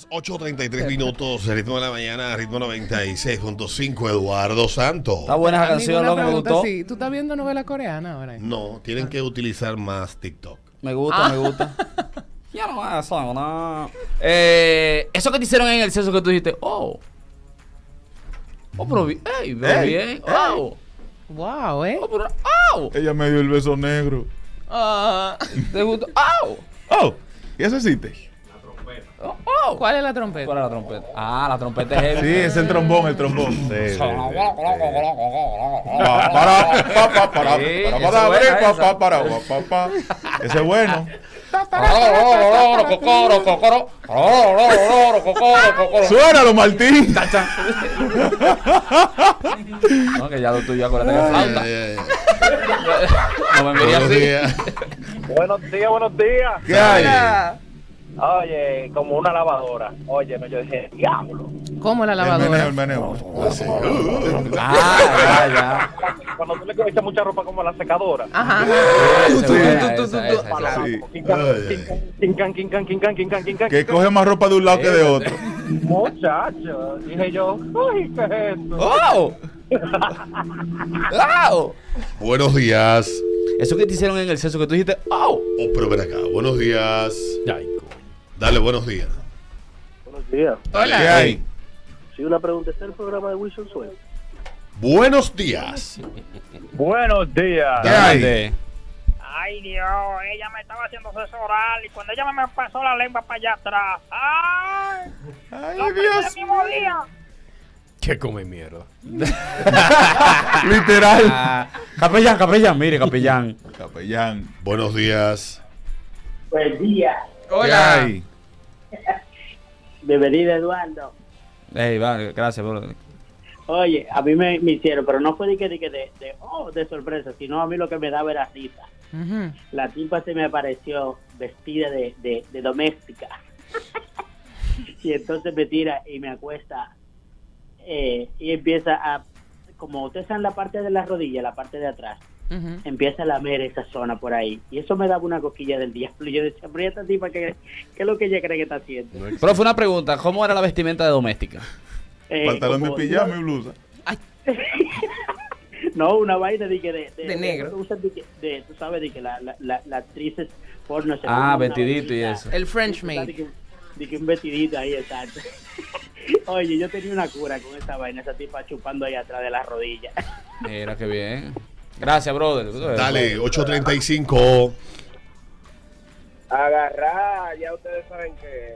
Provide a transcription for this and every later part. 8.33 minutos, ritmo de la mañana, ritmo 96.5, Eduardo Santos. Está buena esa Ah, canción, ninguna loco, me pregunta, gustó. Mm. sí. ¿Tú estás viendo novela coreana ahora? No, tienen que utilizar más TikTok. Me gusta, me gusta. Ya no más, no, no. Eh, eso que te hicieron en el censo que tú dijiste, oh. Oh, pero bien, ey, pero Ey, bien. Oh, Wow, ¿eh? oh, pero, oh. Ella me dio el beso negro. Ah, Te gustó, oh. Oh, ¿y eso existe? Oh, oh. ¿Cuál es la trompeta? ¿Cuál era la trompeta? Ah, la trompeta es Sí, heavy. Eh. es el trombón, el trombón. Sí, sí, sí. Pa, Para para, pa, pa, para, Sí, para, esa para, buena, abrir, pa, esa. pa, para, pa, pa, pa. Ese es bueno. Suénalo, Martín. No, que ya lo tuyo, acuérdate que es flauta. Eh, No me miré buenos así. días. Buenos días, buenos días. ¿Qué hay? Oye, como una lavadora. Oye, no, yo dije, diablo. ¿Cómo la El meneo, el lavadora? meneo. Ah, ya, ya. Cuando tú le echas mucha ropa como a la secadora. Ajá. Esa, tú, buena, tú, tú, esa, tú. esa, esa. Sí. Quincan, quincan, quincan, quincan, quincan. Que coge más ropa de un lado que de otro. Muchacho, dije yo, uy, ¿qué es esto? ¡Oh! ¡Oh! Buenos días. Eso que te hicieron en el censo que tú dijiste, ¡Oh! Oh, pero ven acá. Buenos días. Dale, buenos días. Buenos días. Dale. ¿Qué hay? Sí, una pregunta. ¿Está el programa de Wilson Suel? Buenos días. Buenos días. ¿Qué hay? Ay Dios, ella me estaba haciendo sexo oral y cuando ella me pasó la lengua para allá atrás. ¡Ay! ¡Lo Ay, aprendí el Dios. mismo día! Que come mierda. Literal. Ah, capellán, capellán, mire, capellán. Capellán. Buenos días. Buen día. ¿Qué hay? Bienvenido, Eduardo. Ey, vale, gracias, brother. Oye, a mí me, me hicieron, pero no fue de que de, que de, de- oh, de sorpresa, sino a mí lo que me daba era risa. Ujú. La tipa se me apareció vestida de, de, de doméstica. y entonces me tira y me acuesta eh, y empieza a, como ustedes saben la parte de la rodilla, la parte de atrás, Ujú. empieza a lamer esa zona por ahí. Y eso me daba una coquilla del diablo. Y yo decía, pero ¿y esta tipa, ¿qué, qué es lo que ella cree que está haciendo? Pero fue una pregunta, ¿cómo era la vestimenta de doméstica? Eh, Pantalón de como- pijama y blusa. No, una vaina de que de, De negro. usan de que- de- tú sabes, de que la, la, la, la actriz es porno. se Ah, pone una vestidito y vainita, eso. El French tú sabes, De maid. que, de que un vestidito ahí, exacto. Oye, yo tenía una cura con esa vaina, esa tipa chupando ahí atrás de las rodillas. Mira, qué bien. Gracias, brother. Dale, 8.35. Agarrar, ya ustedes saben que...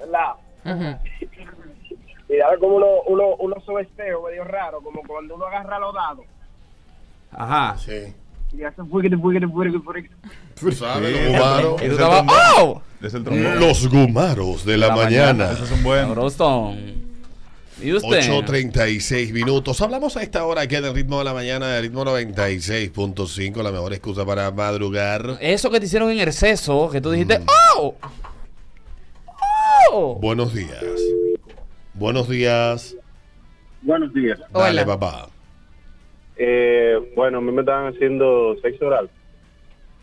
¿Verdad? Ujú. Y daba como uno, uno, uno subesteo medio raro, como cuando uno agarra los dados. Ajá. Sí. Y hace fuiquete, fuiquete, fuiquete, fuiquete. Tú sabes, Sí. los gumaros. Y tú Ese estabas, trombón. ¡Oh! Es el trombón. Los gumaros de la, La mañana. mañana. Esos son buenos. Broston. ¿Y usted? 8.36 minutos. Hablamos a esta hora aquí del ritmo de la mañana, del ritmo 96.5, la mejor excusa para madrugar. Eso que te hicieron en el censo, que tú dijiste, Mm. ¡Oh! ¡Oh! Buenos días. Buenos días. Buenos días. Dale, Hola. papá. Eh, bueno, a mí me estaban haciendo sexo oral.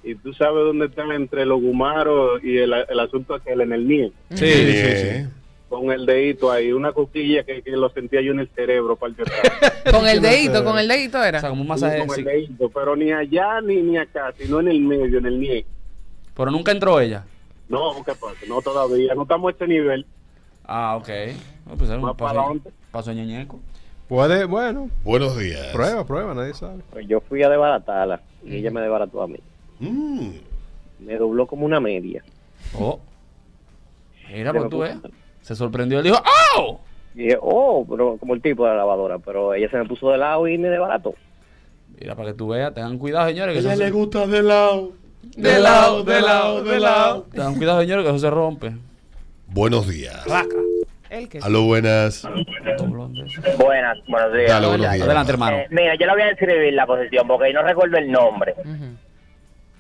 Y tú sabes dónde están entre los gumaros y el, el asunto aquel en el niño. Sí, Bien. Con el dedito ahí, una costilla que, que lo sentía yo en el cerebro, parte de atrás. Con el dedito, con el dedito O sea, era. como un masaje. Con el sí. dedito, pero ni allá ni, ni acá, sino en el medio, en el nie. Pero nunca entró ella. No, ¿qué pasa? No todavía, no estamos a este nivel. Ah, ok. No, pues, era un Más para paso- adelante. paso ñeñeco. Puede, bueno, Buenos días. prueba, prueba, nadie sabe. Pues yo fui a desbaratarla y ella me desbarató a mí. Mm. Me dobló como una media. Oh. Mira, Pero pues tú tú- ves. Se sorprendió. Él dijo, ¡Oh! Y dije, oh, pero como el tipo de la lavadora. Pero ella se me puso de lado y me desbarató. Mira, para que tú veas, tengan cuidado, señores. Que Ella eso le se- gusta de lado. De lado, de lado, de lado. Tengan cuidado, señores, que eso se rompe. Buenos días. Ah. El que. Aló, buenas. Doblón de eso. Buenas, buenos días. Dale, buenos días. Adelante, hermano. Eh, mira, yo le voy a describir la posición porque no recuerdo el nombre. Ujú.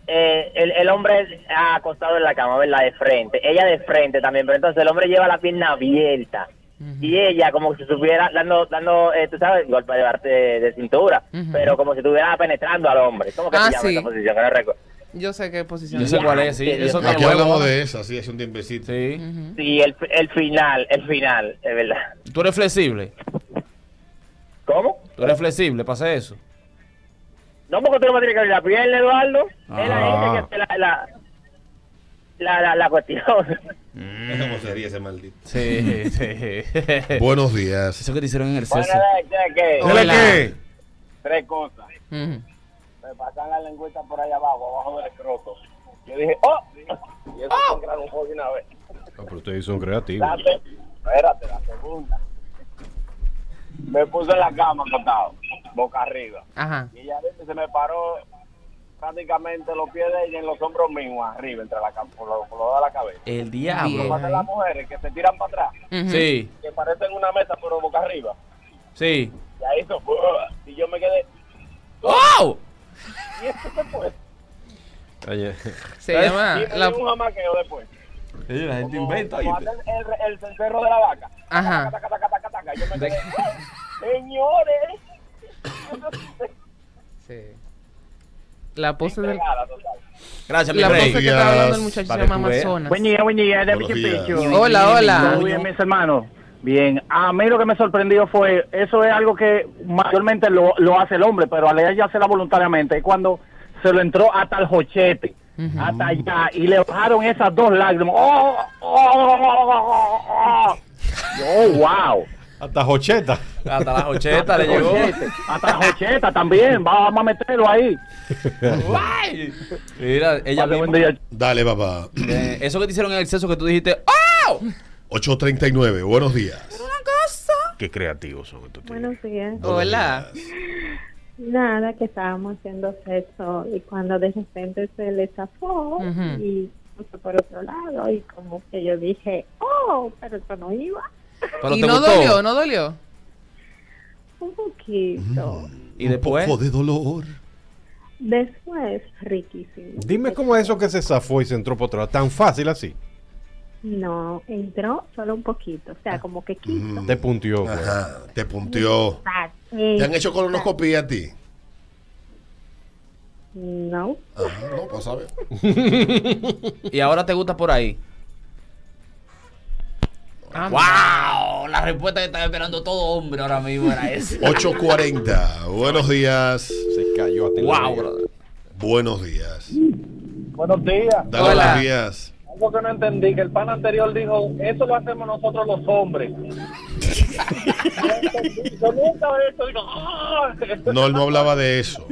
Eh, el, el hombre ha acostado en la cama, ¿verdad? De frente. Ella de frente también, pero entonces el hombre lleva la pierna abierta. Y ella como si estuviera dando, dando eh, tú sabes, golpe de, arte de cintura, Ujú. pero como si estuviera penetrando al hombre. ¿Cómo que Ah, se llama sí. esa posición? Que no recuerdo. Yo sé qué posición Yo sé cuál es, sí. Eso está Aquí bueno. hablamos de esa, sí, hace un tiempecito. Sí. Ujú. Sí, el, el final, el final, es verdad. Tú eres flexible. ¿Cómo? Tú eres flexible, pasa eso. No, porque tú no me tienes que abrir la piel, Eduardo. Es la Ah. gente que te la, la, la, la, la cuestión. Es como sería ese maldito. Sí, sí. Buenos días. Eso que te hicieron en el Bueno, sexo. ¿qué, qué? ¿Dele qué? Tres cosas. Ujú. Me pasan la lengüita por ahí abajo, abajo del escroto. Yo dije, ¡oh! Y eso fue un gran ojo de una vez. No, Ah, pero ustedes son creativos. La se- Espérate, la segunda. Me puse en la cama acostado, boca arriba. Ajá. Y ella se me paró prácticamente los pies de ella en los hombros mismos, arriba, entre la cam- por lo- por lo de la cabeza. El diablo. Bien. Más de las mujeres que se tiran para atrás, Ujú. Sí, que parecen una mesa pero boca arriba. sí. Y ahí hizo, "Buah", y yo me quedé, ¡Oh! y esto se fue. Oye, Se llama Y me Ah, la- dio un jamaqueo después. la gente Como- inventa. como hace el, el, el cencerro de la vaca. Ajá. Taca, taca, taca, taca. Yo me quedé, señores, Sí. La pose del entregada total. Gracias, mi la pose rey. que Buenos estaba dando el días, muchacho se para llama que tú veas. Amazonas. Buen día, buen día, de Buenos Pichu días. Pichu. Hola, hola. Todo bien, mis hermanos. Bien, a mí lo que me sorprendió fue, eso es algo que mayormente lo, lo hace el hombre, pero a la ella hacerla voluntariamente, es cuando se lo entró hasta el jochete, hasta allá, y le bajaron esas dos lágrimas. ¡Oh! ¡Oh! ¡Oh! ¡Oh! ¡Oh, wow! Hasta Jocheta. Hasta las 80 le llegó. Jochete, hasta la jocheta también, vamos a meterlo ahí. Guay. Mira, ella Pase buen misma. día. Dale, papá. Eh, Eso que te hicieron en el sexo que tú dijiste, ¡Oh! 839, buenos días. Qué creativos son estos tíos. Buenos días. Buenos Hola. días. Nada, que estábamos haciendo sexo y cuando de repente se le zafó Ujú. y puso por otro lado y como que yo dije, oh, pero eso no iba. Pero y te no gustó. dolió, no dolió. Un poquito. Y después. Un poco de dolor. Después, riquísimo. Dime cómo es eso que se zafó y se entró por otro lado. Tan fácil así. No, entró solo un poquito, o Ah. sea, como que quiso. Te puntió, Ah. pues. güey. Ajá, te punteó. Ah, ¿Te eh, han hecho colonoscopía a ti? No, Ajá, no, pues sabes. Y ahora te gusta por ahí. Ah, ¡Wow! La respuesta que estaba esperando todo hombre ahora mismo era esa. 840, buenos días. Se cayó hasta en la ¡Wow, vida. brother! Buenos días. Buenos días. Dale Hola. buenos días. Algo que no entendí, que el pan anterior dijo, eso lo hacemos nosotros los hombres. Yo nunca he hecho, digo, "Ah". No, él no hablaba de eso.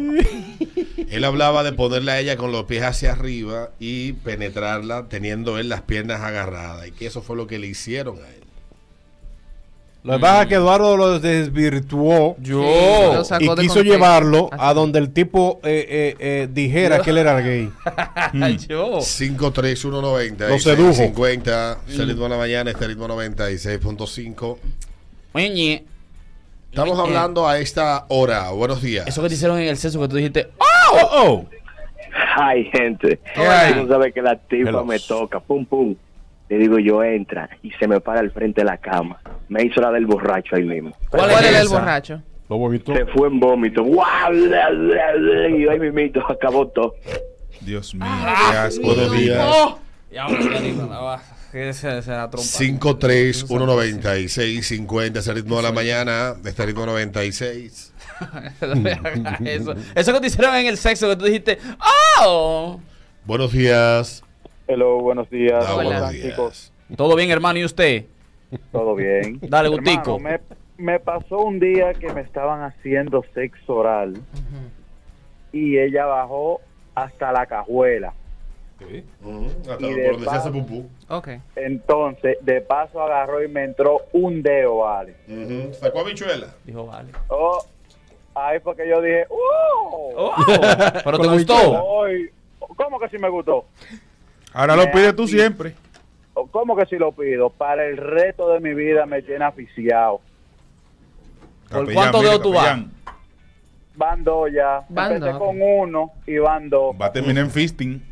Él hablaba de ponerla a ella con los pies hacia arriba y penetrarla teniendo él las piernas agarradas. Y que eso fue lo que le hicieron a él. Lo que pasa es que Eduardo lo desvirtuó. Yo. lo sacó y de quiso contexto. llevarlo a donde el tipo eh, eh, eh, dijera que él era gay. Oh. Yo. 53190. Lo sedujo. 50. Este ritmo de la mañana, este ritmo 96.5. Oye, Estamos hablando a esta hora. Buenos días. eso que te hicieron en el sexo que tú dijiste, ¡Oh, oh! Ay, gente. ¿Qué hay? Tú sabes que la tipa Hello. me toca, pum, pum. Le digo yo, entra, y se me para al frente de la cama. Me hizo la del borracho ahí mismo. ¿Cuál, ¿Cuál es era el esa? borracho? Lo bonito. Se fue en vómito. ¡Guau! Bla, bla, bla, Y ahí mismito acabó todo. Dios mío. Ah, Buenos días. Oh. Ya, ahora sí, ahorita, la va- que se- se la trompa. 5319650. Este ritmo de la mañana, este ritmo 96. eso. eso que te hicieron en el sexo que tú dijiste, ¡Oh! Buenos días. Hello, buenos días. Da, Hola. buenos días. "Oh". Todo bien, hermano, ¿y usted? Todo bien. Dale, Gustico. Hermano, me, me pasó un día que me estaban haciendo sexo oral y ella bajó hasta la cajuela. Ujú. Hasta Y por de donde se hace paso. pupú. Ok. Entonces, de paso agarró y me entró un dedo, vale. Ujú. Sacó habichuela. Dijo, vale. Oh, ahí fue que yo dije, ¡Uh! ¡Oh! ¿Pero te gustó? Hoy, ¿Cómo que si me gustó? Ahora lo pides tú siempre. ¿O ¿Cómo que si lo pido? Para el resto de mi vida me tiene aficionado. ¿Por cuánto dedo tú vas? Van dos ya. Van Empecé dos, con uno y van dos. Va a terminar en fisting.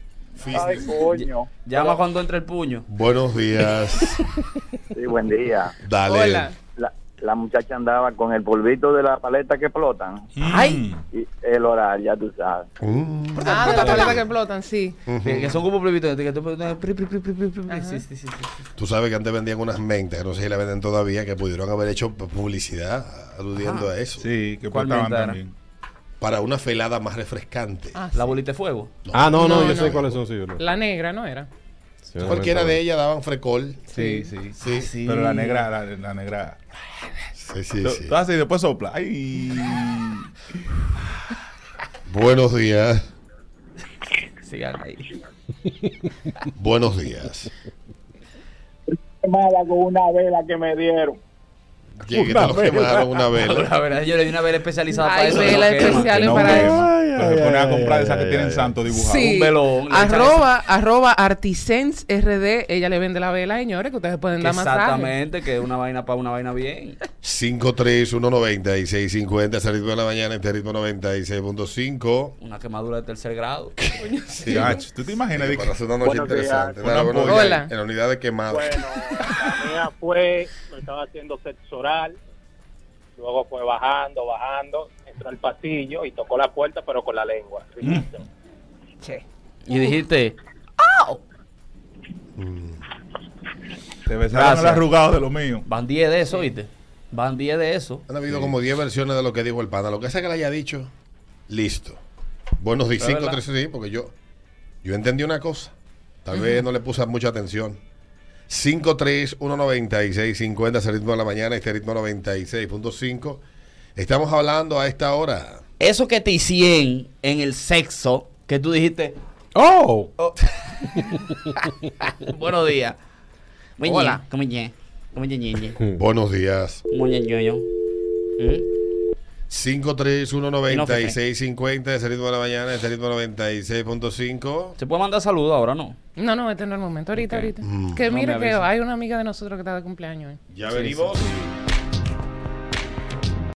Ay, coño. Llama cuando entra el puño. Buenos días. Sí, buen día. Dale. Hola. La, la muchacha andaba con el polvito de la paleta que explotan. ¡Ay! Mm. Y el oral, ya tú sabes. Mm. Ah, de las paletas que explotan, sí. Que que son como plebitos. que tú puedes- pri, pri, pri, pri, pri, pri. Sí, sí, sí, sí. Tú sabes que antes vendían unas mentes, no sé si la venden todavía, que pudieron haber hecho publicidad aludiendo Ah. a eso. Sí, que ¿Cuál portaban menta era? también. Para una felada más refrescante. Ah, La bolita de fuego. Ah, no, no, No, no. yo sé cuáles son, sí, yo no. La negra, ¿no era? Sí, yo Cualquiera no me de ellas daban frecol. Sí, sí. Sí, sí. Pero la negra, la, la negra. Sí, sí, Tú- sí. tú haces y después sopla. Ay. Buenos días. Sigan ahí. Buenos días. Quemada con una vela que me dieron. Llegué, te Una lo vela. quemaron una Una vela. vela, yo le di una vela especializada para Hay eso. que velas no quema. especiales No para quema. Ay, Pero ay, se ponen ay, a comprar esas ay, que ay, tienen ay. santo dibujado. Sí. un velón, le echan Arroba, arroba Artisens RD. Ella le vende la vela, señores, que ustedes pueden Que dar masaje. Exactamente, que es una vaina para una vaina bien. 53190 y 650, ese ritmo de la mañana, este ritmo 96.5. Una quemadura de tercer grado. Sí. Chacho, ¿Tú te imaginas? de Para que- hacer una noche Buenos días. interesante. Una Dale, buenos días. Hola. En la unidad de quemado. Bueno, la mía fue, me estaba haciendo sexo oral, luego fue bajando, bajando, entró al pasillo y tocó la puerta, pero con la lengua. riquísimo. Y dijiste, Te besaron el Gracias. arrugado de lo mío. van 10 de eso, ¿viste? Van 10 de eso. Han habido como 10 versiones de lo que dijo el pana. Lo que sea que le haya dicho, listo. Buenos días, Es verdad. 531, sí, porque yo, yo entendí una cosa. Tal vez no le puse mucha atención. 5319650, ese ritmo de la mañana, este ritmo 96.5. Estamos hablando a esta hora. Eso que te hicieron en el sexo, que tú dijiste, ¡Oh! buenos días. Hola. Hola. ¿Cómo estás? ¿Cómo estás? Buenos días. ¿Cómo estás? ¿Mm? 5319650, ese ritmo de la mañana, este ritmo 96.5. ¿Se puede mandar saludos ahora, no? No, no, este no es el momento. Ahorita, Mm. ahorita. Que No me mira que avisa. hay una amiga de nosotros que está de cumpleaños. hoy. Ya venimos.